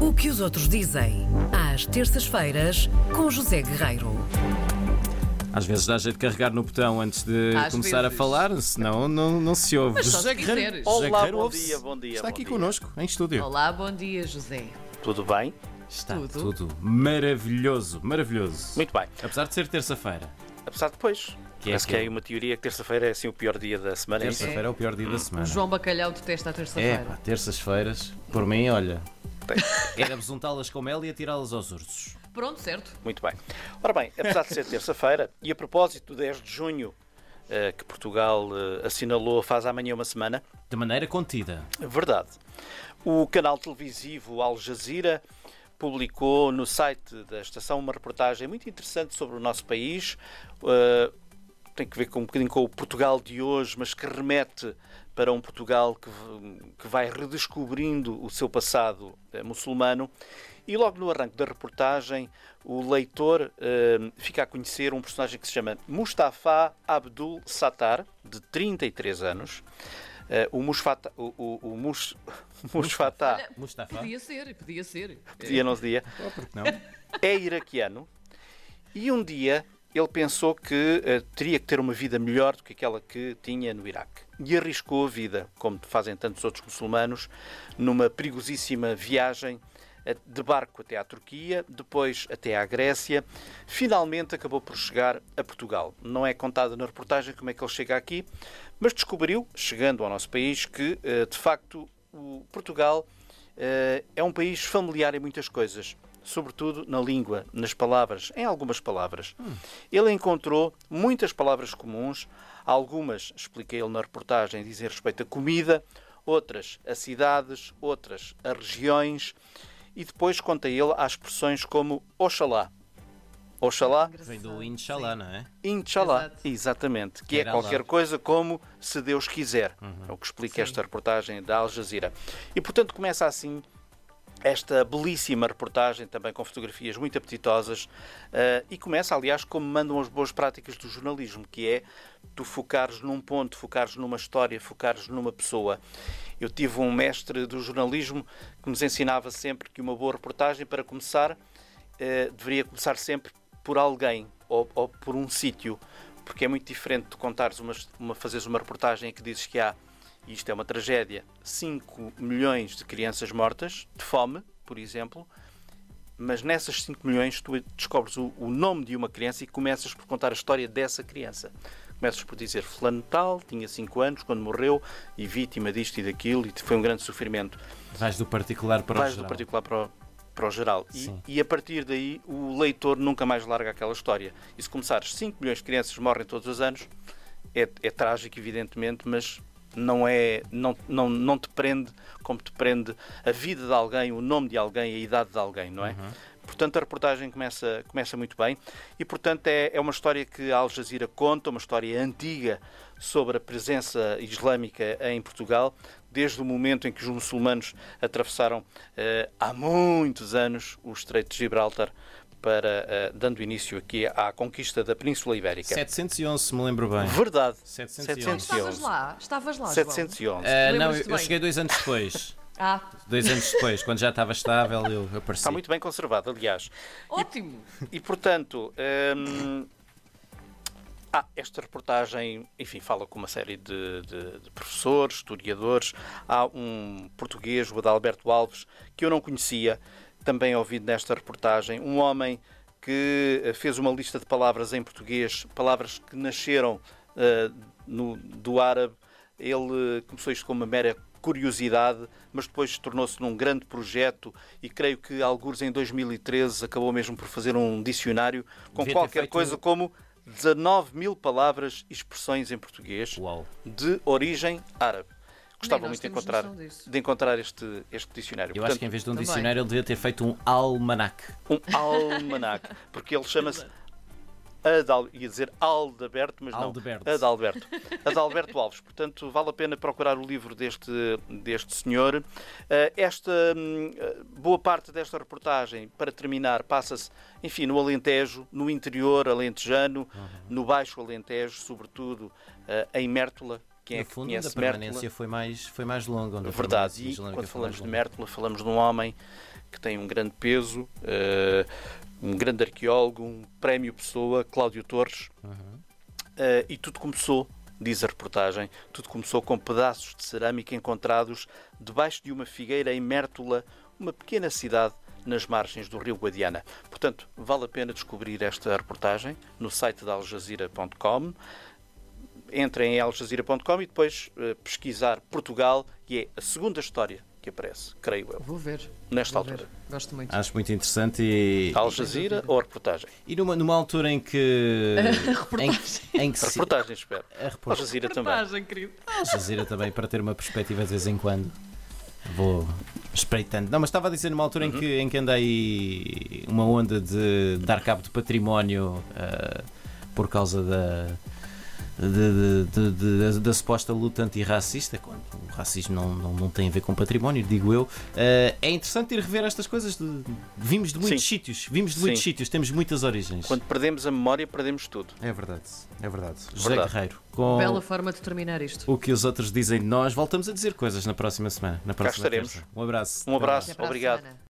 O que os outros dizem, às terças-feiras, com José Guerreiro. Às vezes dá jeito de carregar no botão antes de Às começar a vezes. falar, senão não, não se ouve. Mas só se Guerreiro- quiseres. José Olá, Guerreiro bom ouve-se. dia, bom dia, Está bom aqui dia. connosco, em estúdio. Olá, bom dia, José. Tudo bem? Está tudo. tudo maravilhoso, maravilhoso. Muito bem. Apesar de ser terça-feira. Apesar de depois. Que é Parece que aquilo? é uma teoria que terça-feira é assim o pior dia da semana. é isso? Terça-feira é o pior dia da semana. João Bacalhau detesta a É, terça-feira. pá, terças-feiras, por mim, olha. Tem. Era besuntá-las com mel e atirá-las aos ursos. Pronto, certo. Muito bem. Ora bem, apesar de ser terça-feira, e a propósito do 10 de junho, eh, que Portugal eh, assinalou faz amanhã uma semana, De maneira contida. Verdade. O canal televisivo Al Jazeera publicou no site da estação uma reportagem muito interessante sobre o nosso país. eh, tem que ver com, um bocadinho com o Portugal de hoje, mas que remete para um Portugal que, v- que vai redescobrindo o seu passado eh, muçulmano. E logo no arranque da reportagem, o leitor eh, fica a conhecer um personagem que se chama Mustafa Abdul Sattar, de 33 anos. Eh, o Musfata, o, o, o Mus, Musfata, Olha, Mustafa. Podia ser, podia ser. dia não se dia, Oh, porque não? é iraquiano e um dia ele pensou que eh, teria que ter uma vida melhor do que aquela que tinha no Iraque. E arriscou a vida, como fazem tantos outros muçulmanos, numa perigosíssima viagem eh, de barco até à Turquia, depois até à Grécia, finalmente acabou por chegar a Portugal. Não é contado na reportagem como é que ele chega aqui, mas descobriu, chegando ao nosso país, que eh, de facto o Portugal eh, é um país familiar em muitas coisas, sobretudo na língua, nas palavras, em algumas palavras. Ele encontrou muitas palavras comuns, algumas, expliquei ele na reportagem, dizem respeito a comida, outras a cidades, outras a regiões, e depois conta ele às expressões como Oxalá. Oxalá, Engraçado. Vem do Inshallah, não é? Inshallah, Exato. exatamente, que é Queira qualquer Allah. coisa como se Deus quiser, é o que explica esta reportagem da Al Jazeera. E portanto começa assim esta belíssima reportagem, também com fotografias muito apetitosas, eh, e começa, aliás, como mandam as boas práticas do jornalismo, que é tu focares num ponto, focares numa história, focares numa pessoa. Eu tive um mestre do jornalismo que nos ensinava sempre que uma boa reportagem, para começar, eh, deveria começar sempre por alguém ou, ou por um sítio, porque é muito diferente de contares uma, uma, fazeres uma reportagem em que dizes que há, e isto é uma tragédia, 5 milhões de crianças mortas de fome, por exemplo, mas nessas 5 milhões tu descobres o, o nome de uma criança e começas por contar a história dessa criança. Começas por dizer fulano tal, tinha 5 anos quando morreu e vítima disto e daquilo e foi um grande sofrimento Vais do particular para vais o do geral. particular para o, para o geral. E, Sim. e a partir daí o leitor nunca mais larga aquela história. E se começares 5 milhões de crianças morrem todos os anos, é, é trágico, evidentemente, mas não é não, não, não te prende como te prende a vida de alguém, o nome de alguém, a idade de alguém, não é? Uhum. Portanto, a reportagem começa, começa muito bem e, portanto, é, é uma história que a Al Jazeera conta, uma história antiga sobre a presença islâmica em Portugal, desde o momento em que os muçulmanos atravessaram eh, há muitos anos o Estreito de Gibraltar, para, eh, dando início aqui à conquista da Península Ibérica. 711, se me lembro bem. Verdade. 711. Ah, estavas lá, estavas lá, 711. Ah, não, Lembras-te eu, eu bem? cheguei dois anos depois. João. Ah, Dois anos depois, quando já estava estável, eu apareci. Está muito bem conservado, aliás. ótimo. E portanto, hum, ah, esta reportagem, enfim, fala com uma série de, de- de professores, historiadores. Há um português, o Adalberto Alves, que eu não conhecia, também ouvido nesta reportagem. Um homem que eh, fez uma lista de palavras em português, palavras que nasceram eh, no- do árabe. Ele eh, começou isto com uma mera curiosidade, mas depois tornou-se num grande projeto e creio que alguns em 2013 acabou mesmo por fazer um dicionário Devia com ter qualquer feito coisa um- como 19 mil palavras e expressões em português Uau. de origem árabe. Gostava nós muito de temos encontrar, noção disso. de encontrar este, este dicionário. Eu Portanto, acho que em vez de um também. dicionário ele devia ter feito um almanac. Um almanac, porque ele chama-se Adal, ia dizer Aldaberto, mas Aldeberto. não, Adalberto. Adalberto Alves. Portanto, vale a pena procurar o livro deste, deste senhor. Eh, esta hum, eh, boa parte desta reportagem, para terminar, passa-se, enfim, no Alentejo, no interior alentejano, no Baixo Alentejo, sobretudo eh, em Mértola, que quem é no que fundo, a conhece Mértola. permanência foi mais, foi mais longa. onde a É Verdade, permanência e islâmica quando foi mais falamos de longa. Mértola, falamos de um homem que tem um grande peso, eh, um grande arqueólogo, um prémio pessoa, Cláudio Torres. Eh, e tudo começou, diz a reportagem, tudo começou com pedaços de cerâmica encontrados debaixo de uma figueira em Mértola, uma pequena cidade nas margens do rio Guadiana. Portanto, vale a pena descobrir esta reportagem no site da aljazeera.com entrem em aljazeera.com e depois eh, pesquisar Portugal e é a segunda história que aparece, creio eu. Vou ver. Nesta Vou ver. altura. Gosto muito. Acho muito interessante e, Al Jazeera ou a reportagem? e numa, numa altura em que. em, que- em que A se, reportagem, espero. a Al reportagem. Jazeera também. Reportagem, querido. Al Jazeera também, para ter uma perspectiva de vez em quando. Vou espreitando. Não, mas estava a dizer numa altura em, Uhum. que, em que andei uma onda de dar cabo de património ah, por causa da. de- de- de- de- da- da suposta luta antirracista, quando o racismo não, não, não tem a ver com património, digo eu. Ah, é interessante ir rever estas coisas. de- vimos de muitos Sim. sítios, vimos de muitos Sim. sítios, temos muitas origens. Quando perdemos a memória, perdemos tudo. É verdade, é verdade. José Verdade. Guerreiro, Ah. com Bela forma de terminar isto. o que os outros dizem de nós, voltamos a dizer coisas na próxima semana. Na próxima estaremos. terça. Um abraço. Até Um lá. abraço. Até para a Obrigado. semana.